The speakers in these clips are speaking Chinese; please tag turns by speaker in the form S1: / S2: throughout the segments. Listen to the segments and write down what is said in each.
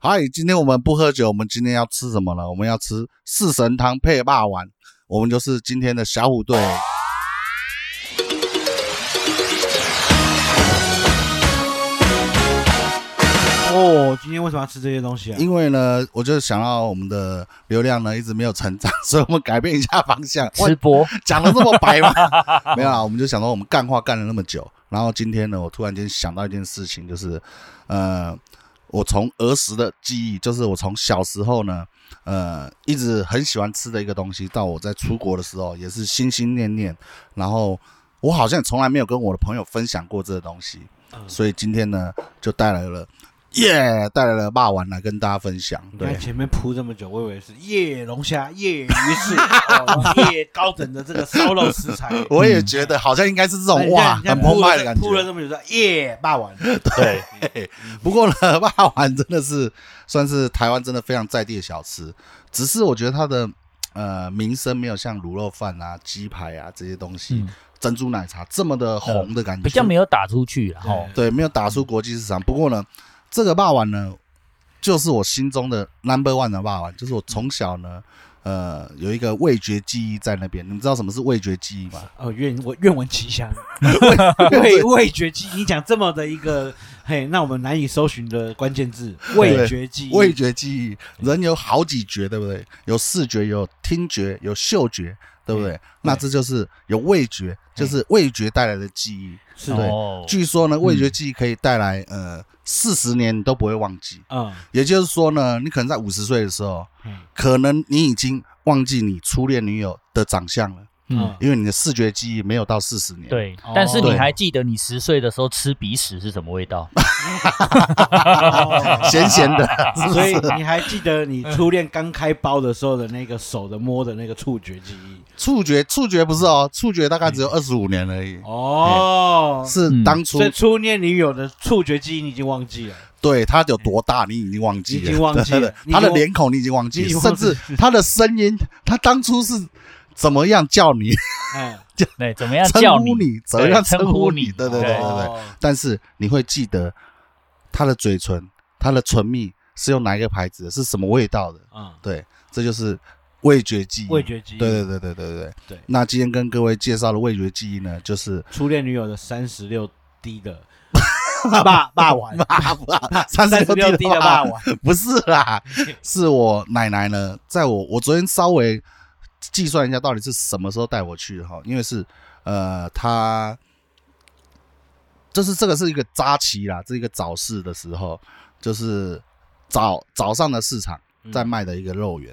S1: 嗨，今天我们不喝酒，我们今天要吃什么呢？我们要吃四神汤配霸丸，我们就是今天的小虎队。
S2: 哦，今天为什么要吃这些东西啊？
S1: 因为呢，我就想到我们的流量呢一直没有成长， 所以我们改变一下方向。哇
S3: 吃播，
S1: 讲的这么白 吗？没有啦，我们就想说我们干话干了那么久，然后今天呢，我突然间想到一件事情，就是，呃，我从儿时的记忆，就是我从小时候呢，呃，一直很喜欢吃的一个东西，到我在出国的时候也是心心念念，然后我好像从来没有跟我的朋友分享过这个东西，
S2: 嗯
S1: 所以今天呢，就带来了。耶带来了霸王来跟大家分享。
S2: 你看
S1: 对，
S2: 前面铺这么久，我以为是夜龙虾、 夜鱼翅、哦夜高等的这个烧肉食材。 嗯
S1: 我也觉得好像应该是这种
S2: 人家
S1: 哇，
S2: 人家
S1: 很澎
S2: 铺了
S1: 湃的
S2: 这
S1: 感觉。
S2: 铺了这么久，说夜 霸王。
S3: 对，
S1: 不过呢， 霸王真的是算是台湾真的非常在地的小吃，只是我觉得它的呃名声没有像卤肉饭啊、鸡排啊这些东西、
S3: 嗯呃
S1: 珍珠奶茶这么的红的感觉，
S3: 比较没有打出去啦，
S2: 哦
S3: 吼，
S1: 对，没有打出国际市场。不过呢，这个霸王呢，就是我心中的 number one 的霸王，就是我从小呢。呃，有一个味觉记忆在那边，你们知道什么是味觉记忆吗？
S2: 哦，愿我愿闻 其详， 味味觉记忆，你讲这么的一个嘿，那我们难以搜寻的关键字，味觉记忆，
S1: 味觉记忆，人有好几觉，对不对？有视觉，有听觉，有嗅觉，对不
S2: 嗯
S1: 对？那这就是有味觉，就是味觉带来的记忆。
S2: 是
S1: 对
S2: 的，
S3: 哦
S1: 据说呢，味觉记忆可以带来呃四十年你都不会忘记。
S2: 嗯，
S1: 也就是说呢，你可能在五十岁的时候，
S2: 嗯
S1: 可能你已经忘记你初恋女友的长相了，
S3: 嗯，
S1: 因为你的视觉记忆没有到四十年。
S3: 对
S2: 哦，
S3: 但是你还记得你十岁的时候吃鼻屎是什么 味道？
S2: 哦
S1: 咸 咸的，是不
S2: 所以
S1: 是？
S2: 你还记得你初恋刚开包的时候的那个手的摸的那个触觉记忆？
S1: 触觉，触觉不是哦，触觉大概只有二十五年而已，
S2: 哦，
S1: 是
S3: 嗯
S1: 当初
S2: 嗯所以初恋女友的触觉记忆你已经忘记了，
S1: 对他有多大，你已经忘记
S2: 已
S1: 了，
S2: 经忘记 了
S1: 对
S2: 你已经
S1: 他的
S2: 忘
S1: 脸孔你已经忘记
S2: 你已经
S1: 了，
S2: 忘
S1: 甚
S2: 记了
S1: 至他的声音，他当初是怎么样叫你、
S2: 嗯，
S3: 对，怎么样叫
S1: 称呼你、怎么样
S3: 对
S1: 称呼你？
S3: 称呼你
S1: 对对对对对。
S2: 哦
S1: 但是你会记得他的嘴唇、他的唇蜜是用哪一个牌子的，是什么味道的？
S2: 嗯，
S1: 对，这就是味觉
S3: 嗯
S1: 记忆。
S2: 味觉记忆，
S1: 对对对对对对
S2: 对
S1: 那今天跟各位介绍的味觉记忆呢，就是
S2: 初恋女友的三十六 D 的 霸霸王，
S1: 三
S2: 三十六 D 的霸
S1: 王。
S2: 王，
S1: 不是 啦，是我奶奶呢，在我我昨天稍微计算一下到底是什么时候带我去的哈，因为是呃，她就是这个是一个扎旗啦，这一个早市的时候，就是早早上的市场
S2: 嗯
S3: 嗯
S1: 在卖的一个肉圆，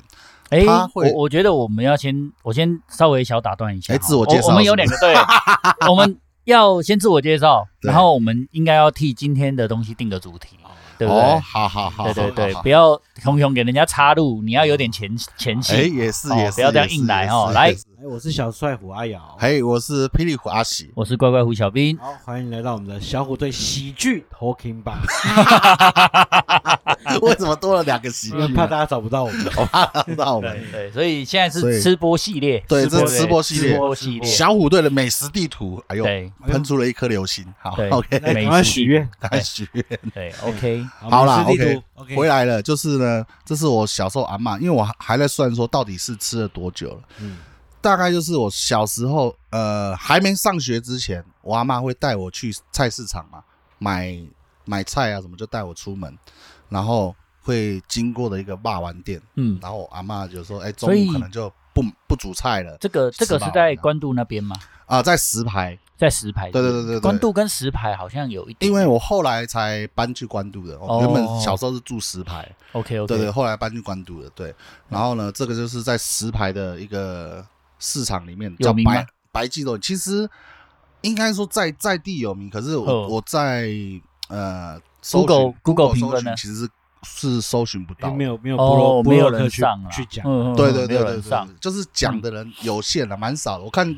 S3: 哎，
S1: 他
S3: 我
S1: 会
S3: 我觉得我们要先，我先稍微小打断一下哈。
S1: 哎自我介绍
S3: 我我们有
S1: 是
S3: 两
S1: 不
S3: 个对，我们要先自我介绍，
S1: 对
S3: 然后我们应该要替今天的东西定个主题，对不
S1: 哦，
S3: 对？
S1: 好好好，
S3: 对对
S1: 好
S3: 对
S1: 好，好
S3: 不要熊熊给人家插入，你要有点前前
S1: 哎，
S3: 戏。
S1: 也是
S3: 哦
S1: 也是，
S3: 不要这样
S1: 也是
S3: 硬来哦
S1: 也是
S3: 来
S1: 也是
S2: 哎，我是小帅虎阿瑶，
S1: 嘿，我是霹雳虎阿喜，
S3: 我是乖乖胡小兵，
S2: 好，欢迎来到我们的小虎队喜剧 Talking Bar，
S1: 为什么多了两个喜
S2: 因
S1: 剧
S2: 为
S1: 呢？
S2: 怕大家找不到我们，
S1: 我怕打到我们
S3: 对。对，所以现在
S1: 所以
S3: 是吃播系列，
S1: 对这
S3: 对
S1: 吃播系列
S3: 吃播系列，
S1: 小虎队的美食地图，哎呦，
S3: 对
S1: 喷出了一颗流星。好
S3: 对
S1: ，OK，
S2: 来
S3: 美
S2: 赶快
S3: 食
S2: 许愿，
S1: 开始。
S3: 对，OK，
S1: 好啦
S2: 我们
S1: ，OK，
S2: ，OK，
S1: 回来
S2: 来，
S1: 了，就是呢，这是我小时候阿嬷，因为我还还在算说到底是吃了多久了，
S2: 嗯
S1: 大概就是我小时候，呃，还没上学之前，我阿嬷会带我去菜市场嘛，买买菜啊什么，就带我出门，然后会经过的一个霸王店，
S3: 嗯，
S1: 然后我阿嬷就说，哎，中
S3: 所以
S1: 午可能就不不煮菜了
S3: 这个这个
S1: 吃饱
S3: 是在
S1: 了
S3: 关渡那边吗？
S1: 啊，在石牌，
S3: 在石牌，
S1: 对对对对对
S3: 关渡跟石牌好像有一点，
S1: 因为我后来才搬去关渡的，我原本
S3: 哦
S1: 小时候是住石牌，
S3: OK OK，
S1: 对对，后来搬去关渡的，对。然后呢，这个就是在石牌的一个市场里面
S3: 有
S1: 叫
S3: 名
S1: 白
S3: 吗
S1: 白记肉，其实应该说在在地有名，可是我、
S3: 哦
S1: 我在呃搜寻
S3: Google Google 评
S1: 搜
S3: 论
S1: 寻
S3: 呢？
S1: 其实是是搜寻不
S2: 因
S1: 到
S2: 为没。有没有部
S3: 哦
S2: 落，
S3: 没有
S2: 部落客
S3: 人
S2: 去
S3: 上啊，
S2: 去讲，
S3: 嗯嗯嗯
S1: 对对对
S3: 没有
S1: 对
S3: 人
S1: 对对
S3: 上，，
S1: 就是讲的人有限了，蛮少的。我看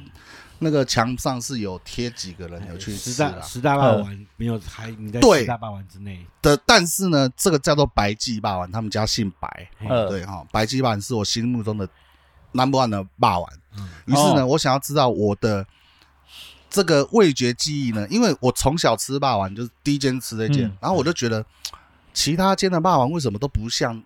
S1: 那个墙上是有贴几个人有
S3: 哎
S1: 去
S2: 十
S1: 吃
S2: 大
S1: 啦。
S2: 十大霸
S3: 嗯
S2: 王没有还你在
S1: 对
S2: 十大霸王之内，
S1: 的，但是呢，这个叫做白记霸王，他们家姓白，
S3: 呃，
S2: 嗯
S1: 对哈、白鸡版是我心目中的 number one 的霸王。
S2: 嗯
S1: 于是呢，我想要知道我的这个味觉记忆呢，因为我从小吃霸王就是第一间吃这间，
S3: 嗯
S1: 然后我就觉得其他间的霸王为什么都不像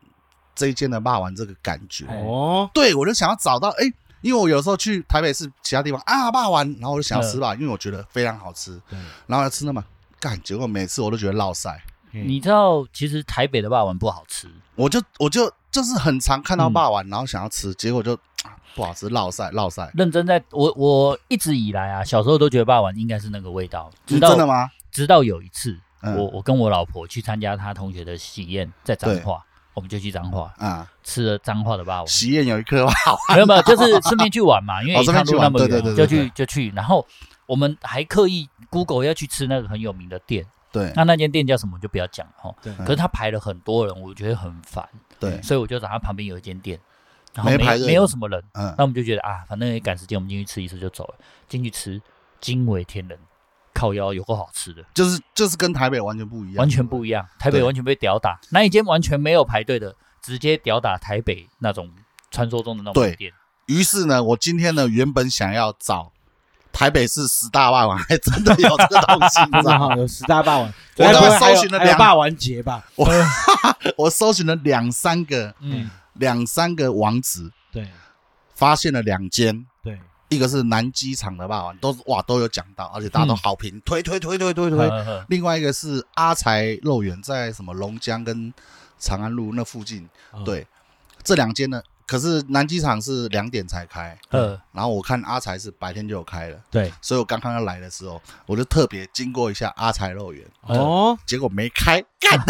S1: 这一间的霸王这个感觉？
S2: 哦，
S1: 对我就想要找到，哎、因为我有时候去台北市其他地方啊霸王，然后我就想要吃吧，因为我觉得非常好吃，
S2: 嗯对
S1: 然后要吃那么干，结果每次我都觉得落塞，
S3: 你知道，其实台北的霸王不好吃，
S1: 我就我就就是很常看
S3: 嗯
S1: 到霸王，然后想要吃，结果就啊不好吃，落塞落塞。
S3: 认真在我我一直以来啊，小时候都觉得霸王应该是那个味道，直
S1: 嗯
S3: 到
S1: 真的吗？
S3: 直到有一次，
S1: 嗯
S3: 我我跟我老婆去参加她同学的喜宴，在彰化，我们就去彰化
S1: 啊，
S3: 吃了彰化的霸王，
S1: 喜宴有一颗好
S3: 没有没有，就是顺便去 玩嘛，因为
S1: 哦
S3: 一趟路那么
S1: 顺便去玩对对对
S3: 远，就
S1: 对
S3: 去就去，然后我们还刻意 Google 要去吃那个很有名的店，
S1: 对
S3: 那那间店叫什么就不要讲哦，
S2: 对
S3: 可是他排了很多人，我觉得很烦，
S1: 对，
S3: 所以我就找他旁边有一间店，然后
S1: 没
S3: 没
S1: 排队
S3: 没有什么人，
S1: 嗯
S3: 那我们就觉得啊，反正也赶时间，我们进去吃一次就走了。进去吃，惊为天人，烤腰有够好吃的，
S1: 就是就是跟台北完全不一样，
S3: 完全不一样。台北
S1: 对
S3: 完全被屌打，那一间完全没有排队的，直接屌打台北那种传说中的那
S1: 对
S3: 种店。
S1: 于是呢，我今天呢原本想要找台北市十大霸王，还真的有这个东西， 你
S2: 真
S1: 知
S2: 的
S1: 道吗？
S2: 哈，有十大霸王，
S1: 我
S2: 该
S1: 大
S2: 不
S1: 概
S2: 会还有
S1: 搜寻了
S2: 还有
S1: 两
S2: 霸王 节吧？
S1: 我搜寻了两三个
S3: 嗯，
S1: 两三个网址，
S2: 对
S1: 发现了两间，
S2: 对，
S1: 一个是南机场的霸王，都是哇都有讲到，而且大家都
S3: 嗯
S1: 好评，推推推推推推。
S3: 呵呵
S1: 另外一个是阿财肉圆，在什么龙江跟长安路那附近，
S2: 哦
S1: 对这两间呢，可是南机场是两点才开，
S3: 呃，
S1: 然后我看阿财是白天就有开了。
S2: 对
S1: 所以我刚刚要来的时候，我就特别经过一下阿财肉圆，
S2: 哦。
S1: 结果没开，干，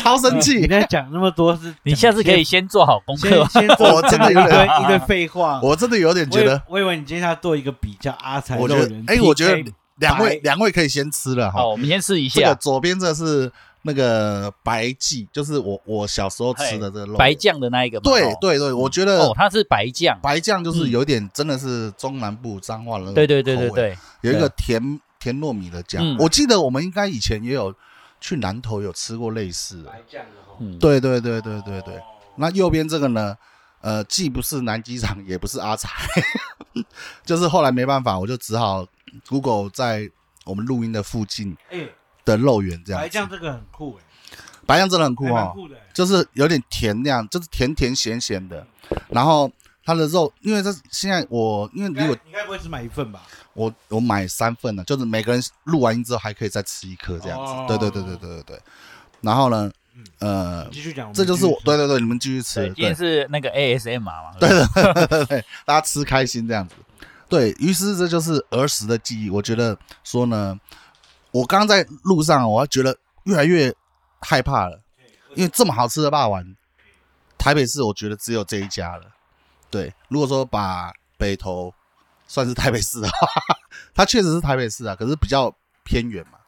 S1: 超生
S2: 你
S1: 气！
S2: 在讲那么多是？
S3: 你下次可以先做好功
S2: 先
S3: 课。哦
S2: 先做
S1: 我真的
S2: 一
S1: 有
S2: 堆
S1: 点
S2: 一堆废话。
S1: 我真的有点觉得，
S2: 我以，我以为你今天要做一个比较阿才
S1: 我
S2: 肉
S1: 觉得
S2: 人，，
S1: 哎，
S2: PK
S1: 我觉得两位
S2: 白
S1: 两位可以先吃了
S3: 好，
S1: 哈。
S3: 哦我们先试一
S1: 这个
S3: 下
S1: 左边这是那个白记，就是我我小时候吃的这个肉。
S3: 白，酱的那一个嘛。
S1: 对
S3: 哦
S1: 对对，我觉得
S3: 哦，它是白酱。
S1: 白酱就是
S3: 嗯
S1: 有点真的是中南部彰化的那种
S3: 对对对对
S1: 口味
S3: 对，
S1: 有一个甜甜糯米的酱
S3: 嗯。
S1: 我记得我们应该以前也有去南投有吃过类似的。
S2: 酱的哦
S3: 嗯，
S1: 对对对对对对。那右边这个呢，呃，既不是南机场，也不是阿财， 就是后来没办法，我就只好 Google 在我们录音的附近
S2: 哎，
S1: 的肉圆这样
S2: 白
S1: 子。
S2: 酱这个很酷哎，
S1: 白酱真的很酷
S2: 还蛮
S1: 哦，
S2: 酷的哎。
S1: 就是有点甜那样，就是甜甜咸咸的。然后它的肉，因为这现在我因为
S2: 你
S1: 离我
S2: 该你该不会只买一份吧？
S1: 我我买三份了，就是每个人录完音之后还可以再吃一颗这样子
S2: 哦。嗯
S1: 对对对对对对对。然后呢，呃
S2: 你，继续讲，们
S1: 这就是
S2: 继续
S1: 我
S2: 吃
S1: 对对对，你们继续吃
S3: 对，。今
S1: 对
S3: 天。是那个 ASMR 嘛？对对，
S1: 大家吃开心这样子。对于是，这就是儿时的记忆。我觉得说呢，我刚刚在路上，啊我觉得越来越害怕了，因为这么好吃的霸王，台北市我觉得只有这一家了。对，如果说把北投算是台北市的话， 它确实是台北市啊，可是比较偏远嘛。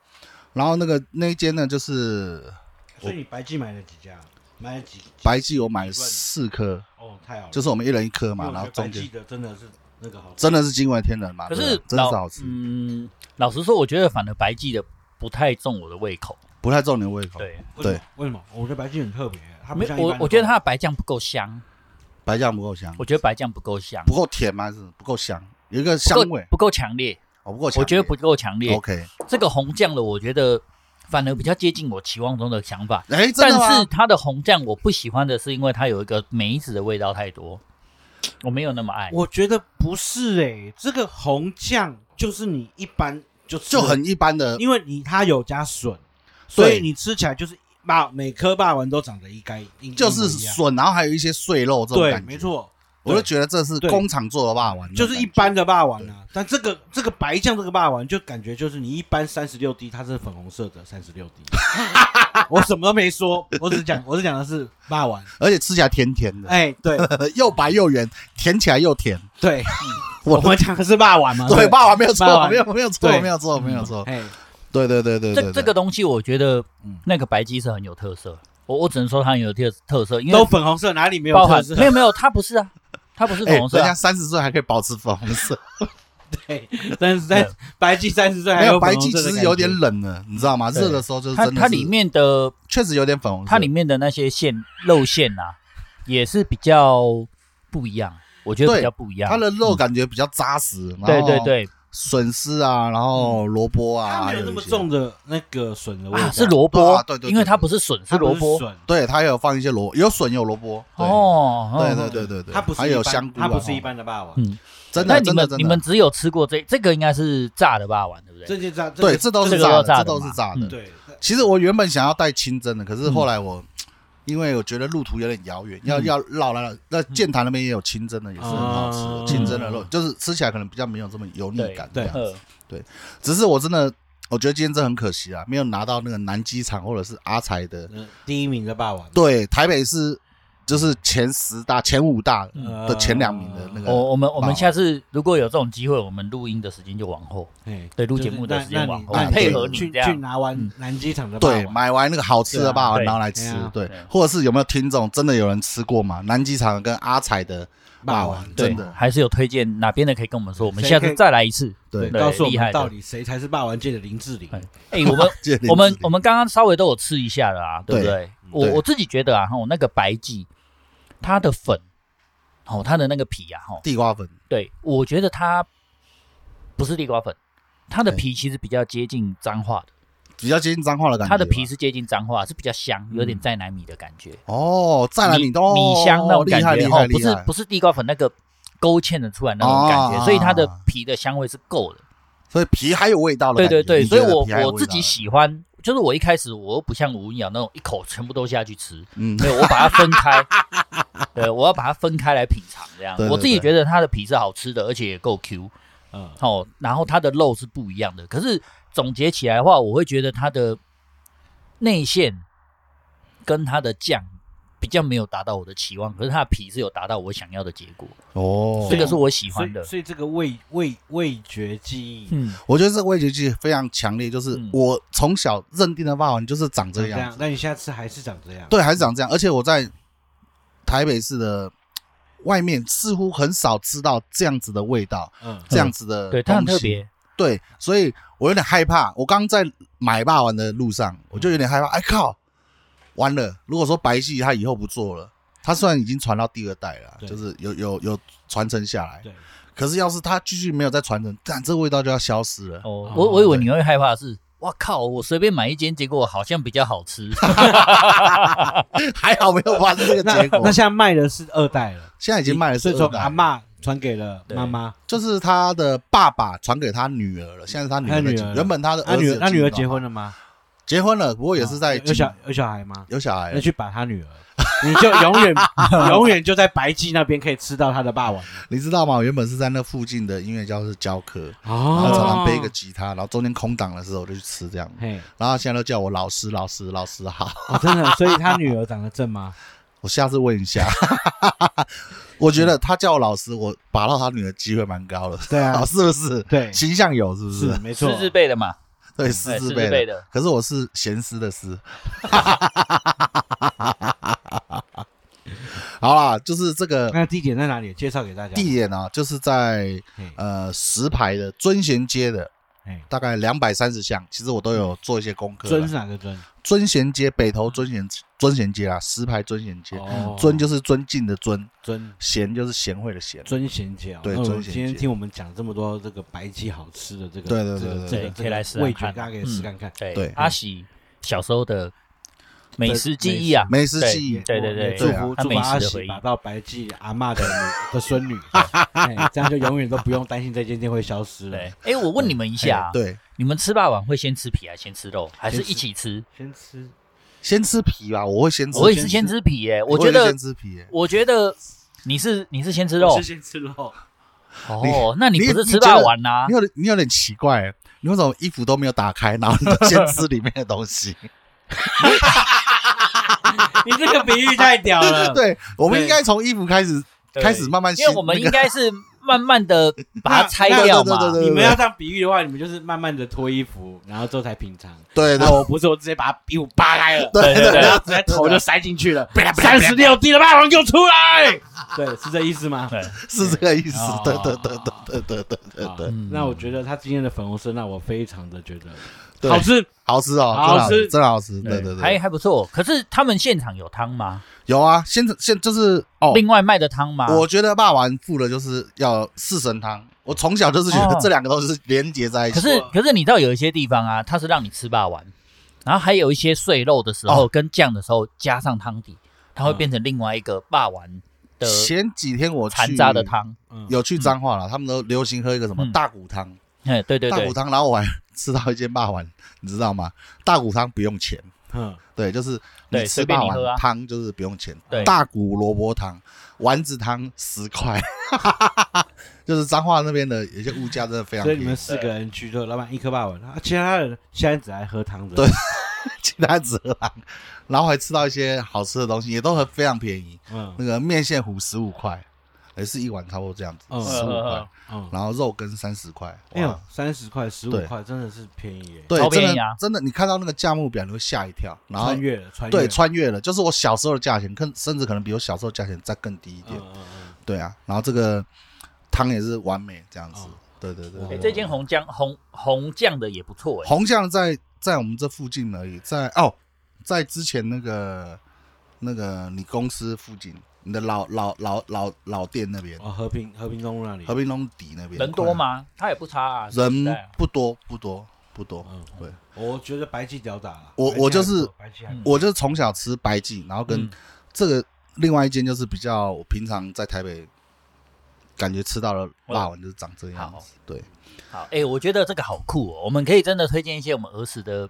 S1: 然后那个那一间呢，就是
S2: 所以你白记买了几家？买了几？
S1: 白记，我买了四颗，
S2: 哦，太好了，
S1: 就是我们一人一颗
S2: 因为
S1: 嘛，
S2: 我觉
S1: 然后
S2: 得白
S1: 中
S2: 记
S1: 间
S2: 的真的是那个好吃，
S1: 真的是惊为天人嘛，
S3: 可
S1: 对
S3: 是
S1: 啊真的
S3: 老
S1: 是好吃，
S3: 嗯，老实说，我觉得反而白记的不太中我的胃口。
S1: 不太重你的胃口。
S3: 对，
S2: 为什么
S1: 对，
S2: 为什么？我觉得白记很特别，它不
S3: 没
S2: 像一
S3: 我
S2: 般的
S3: 我觉得
S2: 饭
S3: 它的白酱不够香，
S1: 白酱不够香，
S3: 我觉得白酱不够香，
S1: 不够甜吗？还是不够香？有一个香
S3: 不够
S1: 味，
S3: 不够强烈，
S1: 我不够强烈。
S3: 我觉得不够强烈。
S1: OK。
S3: 这个红酱的，我觉得反而比较接近我期望中的想法。
S1: 哎，真
S3: 但
S1: 的
S3: 是
S1: 吗？
S3: 它的红酱我不喜欢的是，因为它有一个梅子的味道太多，我没有那么爱。
S2: 我觉得不是哎、这个红酱就是你一般就吃
S1: 就很，一般的，
S2: 因为你它有加笋，所
S1: 对
S2: 以你吃起来就是霸每颗霸王都长得一该一
S1: 就是
S2: 一模一样
S1: 笋，然后还有一些碎肉这种
S2: 对，
S1: 感觉。
S2: 没，错，
S1: 我就觉得这是
S2: 对
S1: 工厂做的霸王，
S2: 就是一般的霸王啊。但这个这个白酱这个霸王就感觉就是你一般三十六滴，它是粉红色的三十六滴。 我什么都没说，我只讲我只讲的是霸王，
S1: 那种感觉，而且吃起来甜甜的，
S2: 哎，对
S1: 又白又圆，甜起来又甜。
S2: 对，
S1: 我
S2: 我们讲的是霸王嘛，
S1: 对霸王没有
S2: 霸
S1: 错，
S2: 王
S1: 没有没有错，
S2: 对
S1: 没有错，没有错。
S2: 哎，
S1: 对对对对
S3: 这
S1: 对，
S3: 这
S1: 对
S3: 个东西，我觉得
S1: 嗯
S3: 那个白鸡是很有特色。我我只能说它很有特特色，因为
S2: 都粉红色，哪里没有
S3: 包
S2: 特
S3: 含
S2: 色？
S3: 没有没有，它不是啊，它不是
S1: 哎
S3: 粉红色
S1: 人
S3: 啊、
S1: 家三十岁还可以保持粉红色，
S2: 对，但是在白记三十岁还
S1: 没有
S2: 粉
S1: 白
S2: 红
S1: 记
S2: 色
S1: 其
S2: 的
S1: 实
S2: 感
S1: 有
S2: 觉
S1: 点冷了，你知道吗？
S3: 对
S1: 热的时候就是
S3: 它
S1: 真的
S3: 它
S1: 是
S3: 里面的
S1: 确实有点粉红色，
S3: 它里面的那些馅肉馅啊，也是比较不一样，我觉得
S1: 对
S3: 比较不一样。嗯
S1: 它的肉感觉比较扎实，然
S3: 对
S1: 后
S3: 对对，
S1: 笋丝啊，然后萝卜啊，
S2: 它没有
S1: 还
S2: 那么
S1: 一些，
S2: 重的那个笋的味道，
S3: 啊，是萝卜、
S1: 啊对对对
S3: 因为它不是笋，
S2: 它不
S3: 萝卜。
S2: 笋，
S1: 对，它有放一些萝，有笋有萝卜，对，
S3: 哦，
S1: 对
S3: 哦
S1: 对对对对，
S2: 它不是
S1: 还
S2: 一
S1: 有
S2: 般
S1: 香菇啊，
S2: 它不是一般的霸王，
S3: 嗯，
S1: 真
S3: 那
S1: 的
S3: 你
S1: 真的
S3: 们
S1: 真的，
S3: 你们只有吃过这这个应该是炸的霸王，对不
S2: 这
S3: 对？
S2: 就炸，这
S1: 对，这都
S3: 这
S1: 是
S3: 个
S1: 炸
S3: 都
S1: 的，
S3: 炸
S1: 这
S3: 的
S1: 都
S3: 嘛
S1: 是炸
S3: 嗯
S1: 的。
S2: 对，
S1: 其实我原本想要带清蒸的，可是后来我因为我觉得路途有点遥远，要
S3: 嗯
S1: 要绕来了。那剑潭那边也有清蒸的，也是很好吃
S2: 哦
S1: 的。清蒸的
S3: 嗯
S1: 肉就是吃起来可能比较没有这么油腻
S3: 对
S1: 感。
S2: 对
S1: 这样
S3: 呃，
S1: 只是我真的，我觉得今天真的很可惜啊，没有拿到那个南机场或者是阿财的，
S2: 嗯第一名的霸王，
S1: 对，台北市就是前十大、前五大
S2: 嗯
S1: 的前两名的那
S3: 我
S1: 个。
S3: 我们我
S1: 霸
S3: 们
S1: 王
S3: 下次如果有这种机会，我们录音的时间就往后，
S2: 哎，
S3: 对，录
S2: 就是
S3: 节目的
S2: 那
S3: 时间
S2: 那
S3: 往
S2: 你
S3: 后
S2: 那，
S1: 你
S3: 配合
S2: 去
S3: 你这
S2: 去
S3: 样。
S2: 拿完南机场的霸
S1: 对，
S2: 王，
S1: 买完那个好吃的霸
S3: 对
S1: 王
S3: 啊
S1: 拿来
S2: 对
S1: 吃
S2: 对啊，
S1: 对
S3: 对，
S1: 或者是有没有听众真的有人吃过嘛？南机场跟阿财的霸
S2: 霸
S1: 王
S2: 王，
S3: 对
S1: 真的，
S3: 还是有推荐哪边的可以跟我们说，我们
S2: 谁
S3: 下
S2: 可
S3: 次
S2: 以
S3: 再来 一次。
S1: 对
S3: 对
S2: 告诉我
S3: 厉害
S2: 们
S3: 的
S2: 到底谁才是霸王界的林志玲？
S3: 哎哎，我 们
S1: 这里
S3: 我们
S1: 是
S3: 我们刚刚稍微都有吃一下了啊，对不
S1: 对
S3: 对？我
S1: 对
S3: 我自己觉得啊，哈，那个白记它的粉，哦，它的那个皮啊，哈，
S1: 地瓜粉，
S3: 对我觉得它不是地瓜粉，它的
S1: 对
S3: 皮其实比较接近彰化的，
S1: 比较接近脏话的感觉吧。
S3: 它的皮是接近彰化，是比较香，有
S1: 嗯
S3: 点再奶米的感觉，
S1: 哦，再来
S3: 米
S1: 你都
S3: 米香那种
S1: 厉
S3: 感
S1: 害
S3: 觉，
S1: 厉害
S3: 哦，
S1: 厉
S3: 不是
S1: 害，
S3: 不是地瓜粉那个勾芡的出来那种感觉，
S1: 哦
S3: 所以它的皮的香味是够的。
S1: 所以皮还有味道的
S3: 对
S1: 感觉。
S3: 对对，
S1: 你
S3: 所以
S1: 觉得
S3: 我
S1: 皮还有味道
S3: 我自己喜欢，就是我一开始我又不像吴文瑶那种一口全部都下去吃，
S1: 嗯
S3: 没有，我把它分 开，对，我要把它分开来品尝，这样
S1: 对对
S3: 我自己
S1: 对
S3: 觉得它的皮是好吃的，而且也够 Q
S2: 嗯，
S3: 哦，然后它的肉是不一样的。可是总结起来的话，我会觉得它的内馅跟它的酱比较没有达到我的期望，可是它的皮是有达到我想要的结果，
S1: 哦
S3: 这，个是我喜欢
S2: 所
S3: 的
S2: 以。所以这个味味味觉记忆
S3: 嗯，
S1: 我觉得这个味觉记忆非常强烈，就是
S3: 嗯
S1: 我从小认定的霸王就是长这个
S2: 长这
S1: 样
S2: 样
S1: 子，，
S2: 那你下次还是长这样？
S1: 对，还是长这样。而且我在台北市的外面似乎很少吃到这样子的味道，
S2: 嗯，
S1: 这样子的
S3: 对，它很
S1: 东
S3: 特
S1: 西
S3: 别。
S1: 对，所以我有点害怕。我刚在买霸王的路上，我就有点害怕。哎靠，完了！如果说白系他以后不做了，他虽然已经传到第二代了，
S2: 对
S1: 就是有有有传承下来，
S2: 对，
S1: 可是要是他继续没有再传承，但这味道就要消失了。
S3: 哦
S2: 哦，
S3: 我我以为
S1: 对
S3: 你会害怕的是。哇靠！我随便买一间，结果好像比较好 吃。
S1: 还好没有发生这个
S2: 那
S1: 结果
S2: 那。现在卖的是二代了，
S1: 现在已经卖了是
S2: 所以从
S1: 二
S2: 阿
S1: 代，
S2: 嬷传给了妈妈，
S1: 就是他的爸爸传给他女儿了，现在是他女
S2: 他
S1: 儿在
S2: 女
S1: 经
S2: 儿
S1: 原本他的
S2: 那
S1: 儿子
S2: 女
S1: 有
S2: 儿那女
S1: 经营
S2: 儿结
S1: 到
S2: 婚了吗？哦
S1: 结婚了，不过也是在
S2: 有有小
S1: 经
S2: 有小孩吗？
S1: 有小孩
S2: 那
S1: 了，
S2: 去把他女儿，你就 永远永远就在白记那边可以吃到他的霸王
S1: 你知道吗？我原本是在那附近的音乐教室教课，然后
S2: 哦
S1: 常常背一个吉他，然后中间空档的时候我就去吃这样。
S2: 嘿，
S1: 然后现在都叫我老师，老师，老师好。
S2: 哦，真的，所以他女儿长得正吗？
S1: 我下次问一下， 我觉得他叫我老师，我拔到他女儿机会蛮高的，
S2: 对啊
S1: 好，是不是？
S2: 对，
S1: 形象有是不
S2: 是
S1: 是？
S2: 没错
S3: 狮，子辈的嘛，哎
S1: 对，
S3: 对
S1: 师字
S3: 字
S1: 辈
S3: 辈
S1: 的。
S3: 的。
S1: 可是我是闲思的思。 好啦，就是这个
S2: 那地点在哪里？介绍给大家。
S1: 地点啊，就是在
S2: 嘿，
S1: 呃石牌的尊贤街的，
S2: 嘿，
S1: 大概两百三十巷，其实我都有做一些功课啦。
S2: 尊是哪个尊？
S1: 尊贤街北头尊贤尊贤街啊，石牌尊贤街，
S2: 哦
S1: 尊就是尊敬的尊，
S2: 尊
S1: 贤就是贤惠的贤。
S2: 尊贤姐哦。
S1: 对
S2: 那我
S1: 尊贤姐
S2: 今天听我们讲这么多这个白记好吃的这个，
S1: 对对
S2: 这
S1: 对对
S2: 个这个
S3: 对
S2: 这个
S3: 可以来试
S2: 味
S3: 看
S2: 觉，
S3: 看嗯
S2: 大家可以试看看。
S3: 对，
S1: 对
S3: 阿喜小时候的美食记忆啊，
S1: 美食
S3: 对
S1: 记忆，
S3: 对对对
S2: 祝
S1: 对啊
S2: 福
S3: 他
S2: 祝
S3: 美
S2: 福
S3: 食
S2: 阿
S3: 的
S2: 喜
S3: 回忆
S2: 把到白记 阿嬷的女的孙女，嘿这样就永远都不用担心这间店会消失了
S3: 对。，哎，我问你们一下啊，
S1: 对，
S3: 你们吃霸王会先吃皮还是先吃肉，还是
S2: 先吃
S3: 一起吃？
S2: 先吃，
S1: 先吃皮吧，我会先吃皮，
S3: 我也是先吃皮耶，
S1: 我
S3: 觉
S1: 也是
S3: 得
S1: 先，吃皮耶。
S3: 我觉得你是你是先吃肉
S2: 是先吃 肉。
S3: 哦，那你
S1: 你
S3: 不是
S1: 你
S3: 吃
S1: 觉得
S3: 霸王啊呐
S1: 你？有点你有点奇怪耶，你为什么衣服都没有打开，然后你都先吃里面的东 西？
S2: 你这个比喻太屌了。
S1: 对，我们应该从衣服开始
S3: 对
S1: 开始慢慢
S3: 因为我们
S1: 那
S3: 应
S1: 个
S3: 该是慢慢的把它拆
S2: 那
S3: 掉
S1: 对对对
S3: 嘛
S1: 对。
S2: 你们要这样比喻的话，你们就是慢慢的脱衣服，然后之后才品尝。
S1: 对
S2: 那
S1: 对
S2: 我不是，我直接把它衣服扒开了，
S3: 对对
S2: 然
S3: 对
S2: 后直接头就塞进去了，三十六 D 的霸王给我出来！对，是这意思吗？
S3: 对，
S1: 是这个意思
S2: 哦。
S1: 对对对对对对对对呃
S2: 好
S3: 哦
S1: 对，
S2: 啊那我觉得他今天的粉红色让我非常的觉得
S1: 对
S2: 好吃。
S1: 好吃哦，真的好
S2: 好吃
S1: 吃，真的好吃。
S3: 对
S1: 对对
S3: 还
S1: 对，
S3: 还不错。可是他们现场有汤吗？
S1: 有啊，现现就是哦，
S3: 另外卖的汤吗？
S1: 我觉得霸王付的就是要四神汤，我从小就是觉得
S3: 哦
S1: 这两个东西是连接在一
S3: 可
S1: 起。
S3: 是可是你到有一些地方啊，它是让你吃霸王，然后还有一些碎肉的时候、
S1: 哦
S3: 跟酱的时候加上汤底，它会
S2: 嗯
S3: 变成另外一个霸王的
S1: 前几天我去
S3: 残渣的汤。
S2: 嗯，
S1: 有去彰化了，他们都流行喝一个什么
S3: 嗯
S1: 大骨汤，
S3: 哎，对对
S1: 大
S3: 对
S1: 骨，汤，然后我还吃到一间霸碗，你知道吗？大骨汤不用钱，
S2: 嗯，
S1: 对，就是你
S3: 对
S1: 吃
S3: 随便
S1: 霸
S3: 你喝
S1: 碗
S3: 啊
S1: 汤就是不用钱
S3: 对，
S1: 大骨萝卜汤、丸子汤十块， 就是彰化那边的有些物价真的非常
S2: 所以
S1: 便
S2: 你
S1: 宜
S2: 们，四个人去，就老板一颗霸王，啊其他人现在只爱喝汤的。
S1: 对其他只喝汤，然后还吃到一些好吃的东西，也都很非常便宜，
S2: 嗯
S1: 那个面线糊十五块，也是一碗差不多这样子，
S2: 嗯
S1: 十五
S3: 嗯嗯
S1: 块
S3: 嗯，
S2: 嗯，
S1: 然后肉羹三十块，
S2: 哎
S1: 哇
S2: 呦，，三十块、十五
S1: 对
S2: 块真的是便宜耶，
S1: 对
S3: 超，
S1: 真
S3: 便宜
S1: 的
S3: 啊
S1: 真的，你看到那个价目表你会吓一跳，然后
S2: 穿越了，穿越
S1: 对，
S2: 了
S1: 穿越了，就是我小时候的价钱，更甚至可能比我小时候价钱再更低一
S2: 嗯
S1: 点。
S2: 嗯嗯
S1: 对啊，然后这个汤也是完美这样子。
S2: 哦
S1: 对对对
S2: 哎
S1: 对
S3: 哎这间红酱红红酱的也不错哎、
S1: 红酱在在我们这附近而已，在哦，在之前那个那个你公司附近，你的老老老老老店那边，
S2: 哦，和平和平东路那里
S1: 和，平东底那边
S3: 人多？吗？它也不差啊，
S1: 快人
S3: 对啊
S1: 不多，不多，不多。
S2: 嗯，
S1: 对，
S2: 我觉得白记屌打了，
S1: 我
S2: 白记
S1: 我就
S2: 还不
S1: 是
S2: 错白记还不错
S1: 我就是从小吃白记，然后跟
S3: 嗯
S1: 这个另外一间就是比较我平常在台北感觉吃到的辣丸就是长这样
S3: 好
S1: 子。对，
S3: 好哎、我觉得这个好酷哦，我们可以真的推荐一些我们儿时的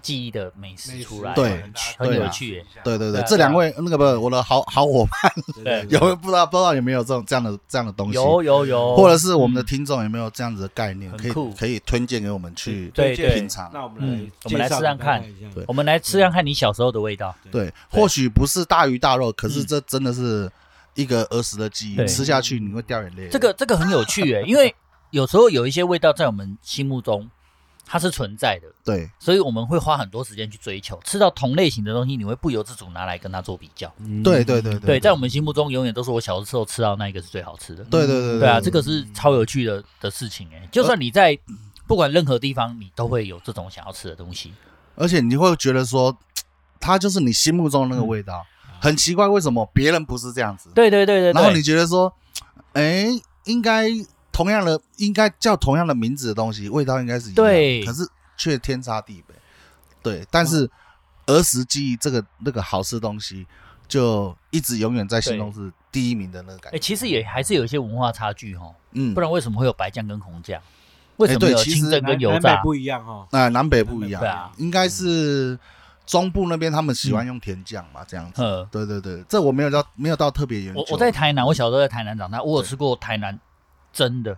S3: 记忆的美食出来，
S1: 对
S3: 很
S1: 对
S3: 有
S1: 啊
S3: 趣耶、
S1: 对对
S3: 对
S1: 对
S3: 啊，
S1: 这两位那个不，我 的好好伙伴
S2: 对
S3: 对
S2: 对
S1: 有没有不知道不知道有没有这种这样的这样的东西？
S3: 有有有，嗯
S1: 或者是我们的听众有没有这样子的概念，
S3: 很
S1: 可以
S3: 酷嗯
S1: 可以推荐给我们去
S3: 对
S2: 推荐
S1: 品尝
S2: 那我们
S3: 嗯
S2: 来
S3: 我们来
S2: 介绍
S3: 试看
S2: 给大家
S3: 看
S2: 一下
S1: 对
S3: 我们来吃看看你小时候的味道。
S1: 对，或许不是大鱼大肉，可是这真的是一个儿时的记忆，
S3: 嗯对
S1: 吃下去你会掉眼泪。
S3: 这个这个很有趣诶、因为有时候有一些味道在我们心目中它是存在的，
S1: 对
S3: 所以我们会花很多时间去追求。吃到同类型的东西，你会不由自主拿来跟它做比较。
S2: 嗯
S1: 对对对
S3: 对，在我们心目中，永远都是我小时候吃到那一个是最好吃的。
S1: 对对对
S3: 对啊，这个是超有趣的的事情诶、欸就算你在不管任何地方，你都会有这种想要吃的东西。
S1: 而且你会觉得说，嘖它就是你心目中那个味道，
S3: 嗯
S1: 很奇怪为什么别人不是这样子？
S3: 对对对对
S1: 然后你
S3: 对，
S1: 觉得说，哎，应该同样的，应该叫同样的名字的东西，味道应该是一样的，
S3: 对
S1: 可是却天差地别。对，但是儿时记忆这个那个好吃的东西，就一直永远在心中是第一名的那个感觉。
S3: 哎，其实也还是有一些文化差距哦，
S1: 嗯，
S3: 不然为什么会有白酱跟红酱？为什么
S1: 对
S3: 有
S1: 其实
S3: 清蒸跟
S2: 南
S3: 油
S2: 南
S3: 炸
S2: 北？不一样哦哈，
S1: 那、南北不一样，
S3: 对啊
S1: 应该是中部那边他们喜欢用甜酱嘛，这样子。
S3: 嗯，
S1: 对对对，这我没有到没有到特别研究。
S3: 我我在台南，我小时候在台南长大，我有吃过台南真的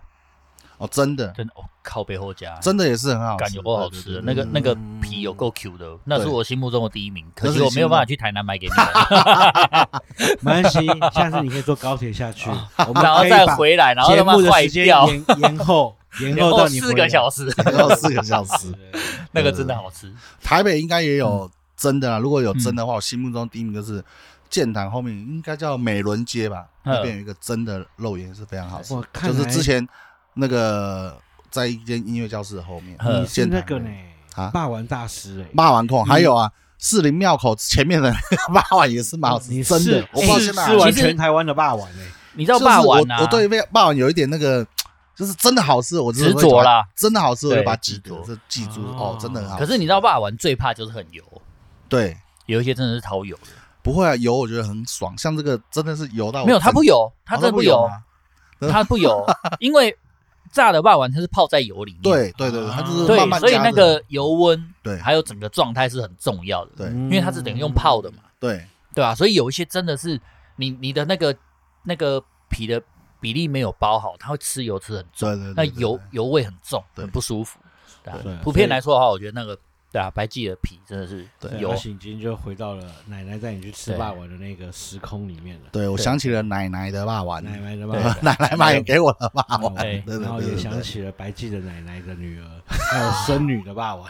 S1: 哦，真的
S3: 真的哦，靠背后家
S1: 真的也是很好吃，
S3: 感有够好吃
S1: 对
S3: 的，
S1: 对
S3: 那个
S1: 对
S3: 那个
S2: 嗯
S3: 皮有够 Q 的，那是
S1: 对
S3: 我心目中的第一名。可
S1: 那
S3: 惜
S1: 是你
S3: 我没有
S1: 心目
S3: 办法
S1: 中
S3: 去台南买给你们，
S2: 没关系，下次你可以坐高铁下 去，我们
S3: 然后
S2: 可以
S3: 再
S2: 把
S3: 回来，然后
S2: 节
S3: 他妈
S2: 目的
S3: 坏
S2: 时间
S3: 掉，
S2: 延 延后，延
S3: 然
S2: 后
S3: 后
S2: 到你
S3: 四个小时，
S1: 对要四个小时
S2: 时。。对
S3: 那个
S1: 嗯
S3: 真的好吃。
S1: 台北应该也有真的啦，如果有真的话，我心目中第一名就是建潭后面应该叫美伦街吧，
S3: 嗯
S1: 那边有一个真的肉眼是非常好吃
S2: 我，看
S1: 就是
S2: 来
S1: 之前那个在一间音乐教室后面
S3: 嗯，
S2: 你是
S1: 建
S2: 那
S1: 潭
S2: 个呢，
S1: 啊
S2: 霸王大师哎，
S1: 骂完控，还有啊，士林庙口前面的那个霸碗也是
S3: 哦
S1: 蛮好吃，
S2: 你是
S1: 真的，我不知道现在还
S2: 是吃完
S3: 其实
S2: 全台湾的霸王哎，
S3: 你知道霸
S1: 就是
S3: 王
S1: 我
S3: 啊？
S1: 我对霸碗有一点那个，就是真的好吃，我真的会
S3: 执着啦
S1: 把，真的好吃我就
S3: 对
S1: 把它记得，
S3: 执着
S1: 这记住
S2: 哦
S1: 哦，真的很好吃。
S3: 可是你知道霸王最怕就是很油，
S1: 对。
S3: 有一些真的是超油的。
S1: 不会啊，油我觉得很爽，像这个真的是油到我
S3: 没有，它
S1: 整
S3: 不油，它
S1: 哦
S3: 真的
S1: 不
S3: 不油，
S1: 吗真的
S3: 它 不油，因为炸的霸王它是泡在油里面。
S1: 对对对对，
S2: 啊
S1: 它就是
S3: 对
S1: 慢慢
S3: 所以
S1: 加
S3: 那
S1: 热
S3: 个油温，
S1: 对嗯
S3: 还有嗯整个状态是很重要的，
S1: 对
S2: 因
S3: 因为它是等于用
S2: 嗯
S3: 泡的嘛，，
S1: 对
S3: 对吧、所以有一些真的是你你的那个那个皮的比例没有包好，它会吃油吃很重，
S1: 对对，
S3: 那
S1: 对
S3: 油
S1: 对
S3: 油味很重，
S1: 对
S3: 很不舒服。对啊
S2: 对
S3: 普遍来说的话，我觉得那个对啊，白记的皮真的是
S1: 对
S3: 油
S2: 有，醒今就回到了奶奶带你去吃
S3: 对
S2: 霸王的那个时空里面了，
S1: 对我
S3: 对
S1: 想起了奶奶的霸王，
S2: 奶
S1: 奶
S2: 奶的霸
S3: 对
S2: 王。
S1: 奶买给我的嗯霸王，
S3: 嗯对
S1: 对对
S2: 然后也
S1: 对
S2: 想
S1: 对，
S2: 起了白记的奶奶的女儿，还有孙女的 霸王。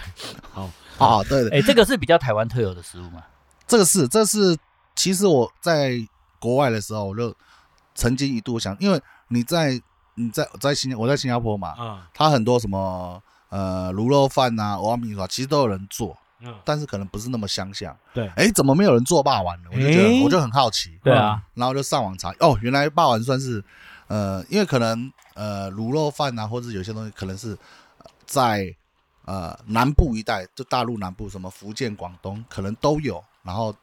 S2: 好，
S1: 哦对对，
S3: 哎，这个是比较台湾特有的食物嘛？
S1: 这个是这是其实我在国外的时候，我就曾经一度想，因为你在你在在新我在新加坡嘛，
S3: 嗯
S2: 啊，
S1: 它很多什么呃卤肉饭呐、蚵仔米粉，其实都有人做，
S2: 嗯，
S1: 但是可能不是那么相像。
S2: 对
S1: 哎，怎么没有人做霸王呢？我就觉
S2: 诶
S1: 得我就很好奇，
S3: 对啊，
S1: 然后就上网查，哦，原来霸王算是呃，因为可能呃卤肉饭啊，或者有些东西可能是呃在呃南部一带，就大陆南部什么福建、广东可能都有，然后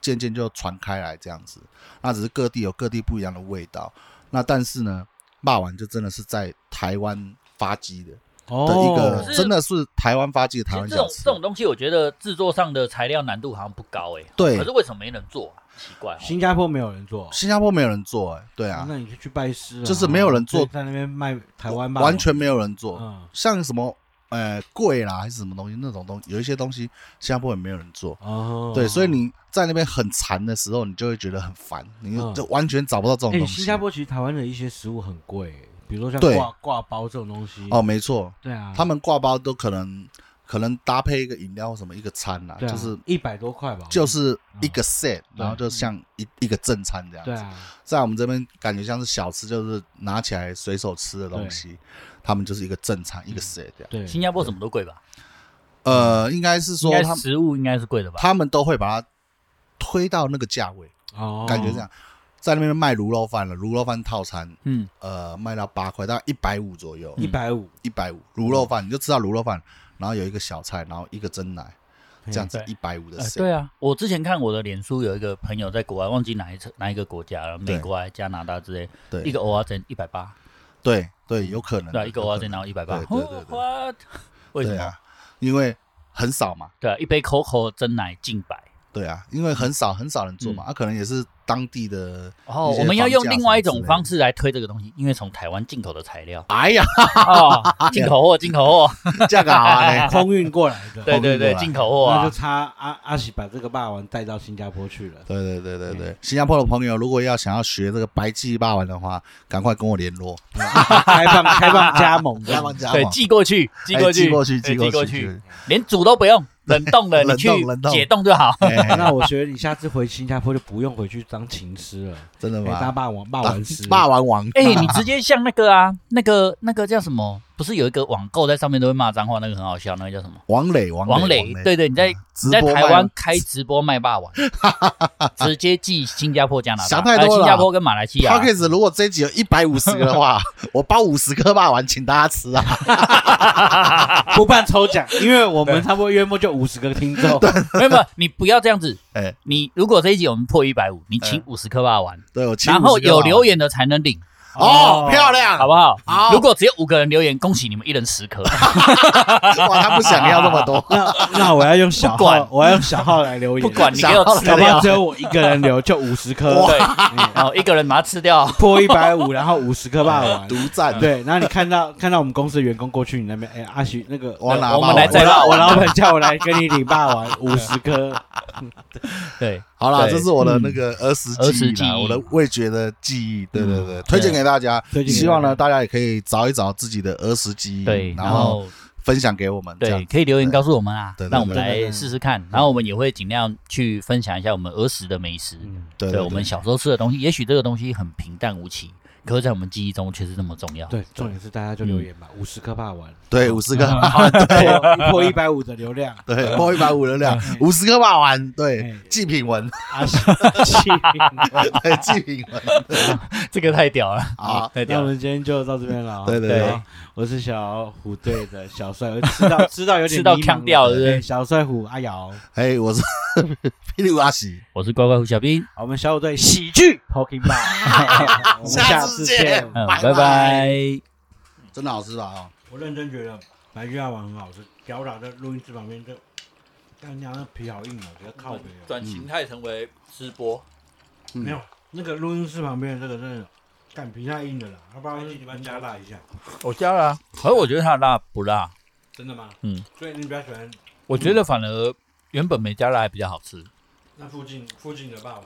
S1: 渐渐就传开来这样子。那只是各地有各地不一样的味道。那但是呢，霸王就真的是在台湾发迹的的一
S2: 哦
S1: 个，
S3: 可，是
S1: 真的是台湾发迹的
S3: 其
S1: 台
S3: 实
S1: 湾
S3: 这
S1: 小
S3: 种
S1: 吃
S3: 这。种东西，我觉得制作上的材料难度好像不高哎、
S1: 对
S3: 可是为什么没人做啊？奇怪、哦。
S2: 新加坡没有人做，
S1: 新加坡没有人做、哎，对啊，
S2: 那你就去拜师啊，
S1: 就是没有人做
S2: 在那边卖台湾吧，
S1: 完全没有人做。
S2: 嗯
S1: 像什么呃贵啦还是什么东西那种东有一些东西新加坡也没有人做，
S2: 哦，
S1: 对，所以你在那边很馋的时候，你就会觉得很烦，你就
S2: 嗯
S1: 就完全找不到这种
S2: 哎，
S1: 东西。
S2: 新加坡其实台湾的一些食物很贵，比如说像
S1: 对
S2: 挂挂包这种东西，
S1: 哦，，没错，
S2: 对啊，
S1: 他们挂包都可能可能搭配一个饮料或什么一个餐啦，
S2: 对啊
S1: 就是
S2: 一百多块吧，
S1: 就是一个 set，、然后
S2: 对
S1: 就像一一个正餐这样子。
S2: 对啊，
S1: 在我们这边感觉像是小吃，就是拿起来随手吃的东西，他们就是一个正餐
S2: 嗯
S1: 一个 set 这样。
S2: 对，
S3: 新加坡什么都贵吧？
S1: 呃，应该是
S3: 应
S1: 说
S3: 该
S1: 他们
S3: 食物应该是贵的吧？
S1: 他们都会把它推到那个价位。
S2: 哦，
S1: 感觉这样，在那边卖卤肉饭了，卤肉饭套餐，
S3: 嗯，
S1: 呃，卖到八块，大概一百五左右，
S2: 一百五
S1: 一百五卤肉饭，你就知道卤肉饭，然后有一个小菜，然后一个蒸奶，这样子
S3: 对
S1: 一百五的
S3: 呃
S1: set，
S3: 对啊，我之前看我的脸书有一个朋友在国外，忘记哪一次哪一个国家了，
S1: 对
S3: 美国还是加拿大之类，
S1: 对
S3: 一个蚵仔煎一百八，
S1: 对对，有可能
S3: 对啊，一个蚵仔煎
S1: 有
S3: 然后一百八，
S1: 对对对对
S3: 哦，what？
S1: 可
S3: 为
S1: 能
S3: 什
S1: 对
S3: 么？
S1: 啊，因为很少嘛，
S3: 对啊，一杯 COCO 真奶近百。
S1: 对啊，因为很少很少人做嘛，啊，可能也是当地的，
S3: 嗯哦
S1: 一，些
S3: 我们要用
S1: 房价
S3: 另外一
S1: 什么之
S3: 种
S1: 类的
S3: 方式来推这个东西，因为从台湾进口的材料
S1: 哎呀， 哎
S3: 哦，进口货，进口货，
S1: 价格 啊嘞，
S2: 空运过来的，
S3: 对对对，
S1: 运过来
S3: 进口货
S2: 那就
S3: 啊，
S2: 差阿阿喜把这个霸王带到新加坡去了。
S1: 对对对对对，嗯新加坡的朋友如果要想要学这个白记霸王的话，赶快跟我联 络，
S2: 开放开放加盟 的，
S1: 加盟加
S3: 对，
S1: 盟，
S3: 寄过去，寄过去，
S1: 哎寄过去
S3: 对
S1: 寄
S3: 寄
S1: 过
S3: 过
S1: 去
S3: 去，连煮都不 用，冷冻的，你
S1: 冷
S3: 去
S1: 冻冷冻
S3: 解冻就好。
S1: 哎
S2: 那我觉得你下次回新加坡就不用回去当琴师了，
S1: 真的
S2: 可以
S1: 吗
S2: 当？霸王霸王 师。
S1: 霸王王，
S3: 哎，你直接像那个啊，那个那个叫什么？不是有一个网购在上面都会骂脏话，那个很好笑，那个叫什么？
S1: 王磊，
S3: 王
S1: 磊啊
S3: 磊，，对对，你在
S1: 直
S3: 在
S1: 播
S3: 台
S1: 卖
S3: 湾开直播卖 霸王，直接寄新加坡、加拿大，
S1: 想太多了
S3: 呃新加坡跟马来西亚
S1: p o c，k e t 如果这一集有一百五十个的 话，我包五十颗霸王请大家吃啊！
S2: 不办抽奖，因为我们差不多约莫就五十个听众，，
S3: 没有没有，你不要这样子
S1: 哎。
S3: 你如果这一集我们破一百五，你请
S1: 哎
S3: 五十颗霸王，
S1: 对，我请
S3: 然后
S1: 50个霸
S3: 有
S1: 王
S3: 留言的才能领，
S1: 哦，漂亮，
S3: 好不好？
S1: 好
S3: 如果只有五个人留言，恭喜你们一人十 颗。
S1: 哇，他不想要那么多
S2: 那那我要用小
S3: 不
S2: 号
S3: 管，
S2: 我要用小号来留言，
S3: 不管你给我吃
S2: 搞不好
S3: 掉
S2: 只，有我一个人留，就五十颗，
S3: 对， 然后一个人把它吃掉，
S2: 破一百五，然后五十颗霸王。
S1: 独占。，
S2: 对，然后你看到看到我们公司的员工过去你那边，哎，阿许那个
S1: 我拿
S3: 我
S1: 霸王
S3: 们来再
S2: 我
S3: 报。
S2: 老板叫我来跟你领霸王五十颗，
S3: 对，
S1: 好啦，
S3: 对嗯
S1: 这是我的那个儿时
S3: 儿
S1: 记
S3: 时
S1: 忆
S3: 记
S1: 啦，
S3: 忆嗯
S1: 我的味觉的记忆。对对对，推荐给大家，
S2: 推荐给大家
S1: 希望呢大家也可以找一找自己的儿时记忆，
S3: 对，
S1: 嗯然
S3: 然
S1: 后
S3: 后
S1: 分享给我们。这
S3: 对，
S1: 样
S3: 可以留言告诉我们啊
S1: 对对，
S3: 让我们
S1: 对
S2: 对对
S3: 来试试看，然后我们也会尽量去分享一下我们儿时的美食，
S2: 嗯，
S1: 对
S3: 对我们小时候吃的东西，也许这个东西很平淡无奇，可是在我们记忆中却是那么重要。
S2: 对，重点是大家就留言吧，五十颗霸王，
S1: 对五十个，
S2: 嗯 破破一百五的流量，
S1: 对破一百五的量，五十个霸王，对
S2: 哎
S1: 祭品文，
S2: 阿 喜，气
S1: 对祭品 文
S3: 这个太屌了，
S1: 好，
S3: 太
S2: 那
S3: 屌
S2: 我
S3: 了！
S2: 们今天就到这边了啊。
S1: 对对
S3: 对
S2: 好我是小虎队的小帅，我吃到吃到有点
S3: 吃到
S2: 迷茫
S3: 呛掉
S2: 了
S3: 了是不是
S2: 对小帅虎阿瑶，
S1: 哎，我是 霹雳阿喜，
S3: 我是乖乖虎小兵，
S2: 好我们小虎队喜剧 Talking Bar，我们
S1: 下
S2: 次
S1: 次见
S3: 嗯，
S1: 拜
S3: 拜
S1: 拜
S3: 拜。
S1: 真的好吃吧？啊、
S2: 我认真觉得白居二王很好吃，屌打在录音室旁边就，干娘那皮好硬哦，比较靠北哦。
S3: 转型态成为吃播，
S1: 嗯
S2: 没有那个录音室旁边的这个真的干皮太硬的啦，要不然你们加辣一下。
S3: 我加了、啊，可是我觉得它辣不辣？
S2: 真的吗？
S3: 嗯，
S2: 所以你比较喜欢
S3: 我觉得反而原本没加辣还比较好吃。
S2: 那附近附近的霸王？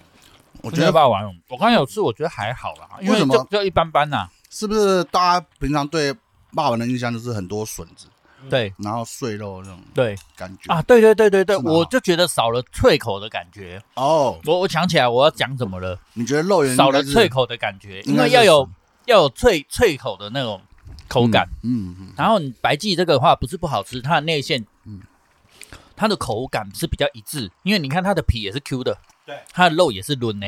S1: 我
S3: 我
S1: 觉得
S3: 霸王龙，我刚才有吃，我觉得还好啦，因
S1: 为什
S3: 就
S1: 么
S3: 就一般般呐、
S1: 是不是大家平常对霸王的印象就是很多笋子，
S3: 对
S1: 然后碎肉那种
S3: 对
S1: 感觉
S3: 啊，？对对对对对，
S1: 是吗
S3: 我就觉得少了脆口的感觉。
S1: 哦，
S3: 我我想起来我要讲怎么了，
S1: 你觉得肉圆
S3: 少了
S1: 应该是
S3: 脆口的感觉，
S1: 应
S3: 因
S1: 该
S3: 为
S1: 是
S3: 要有要有脆脆口的那种口感。？
S1: 嗯嗯
S3: 然后你白记这个的话，不是不好吃，它的内馅，
S1: 嗯
S3: 它的口感是比较一致，因为你看它的皮也是 Q 的，
S2: 对，
S3: 它的肉也是嫩呢、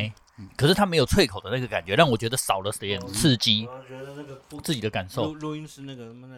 S3: 可是它没有脆口的那个感觉，让我觉得少了点刺激
S2: 我觉得那个
S3: 自己的感受
S2: 录。录音室那个他妈的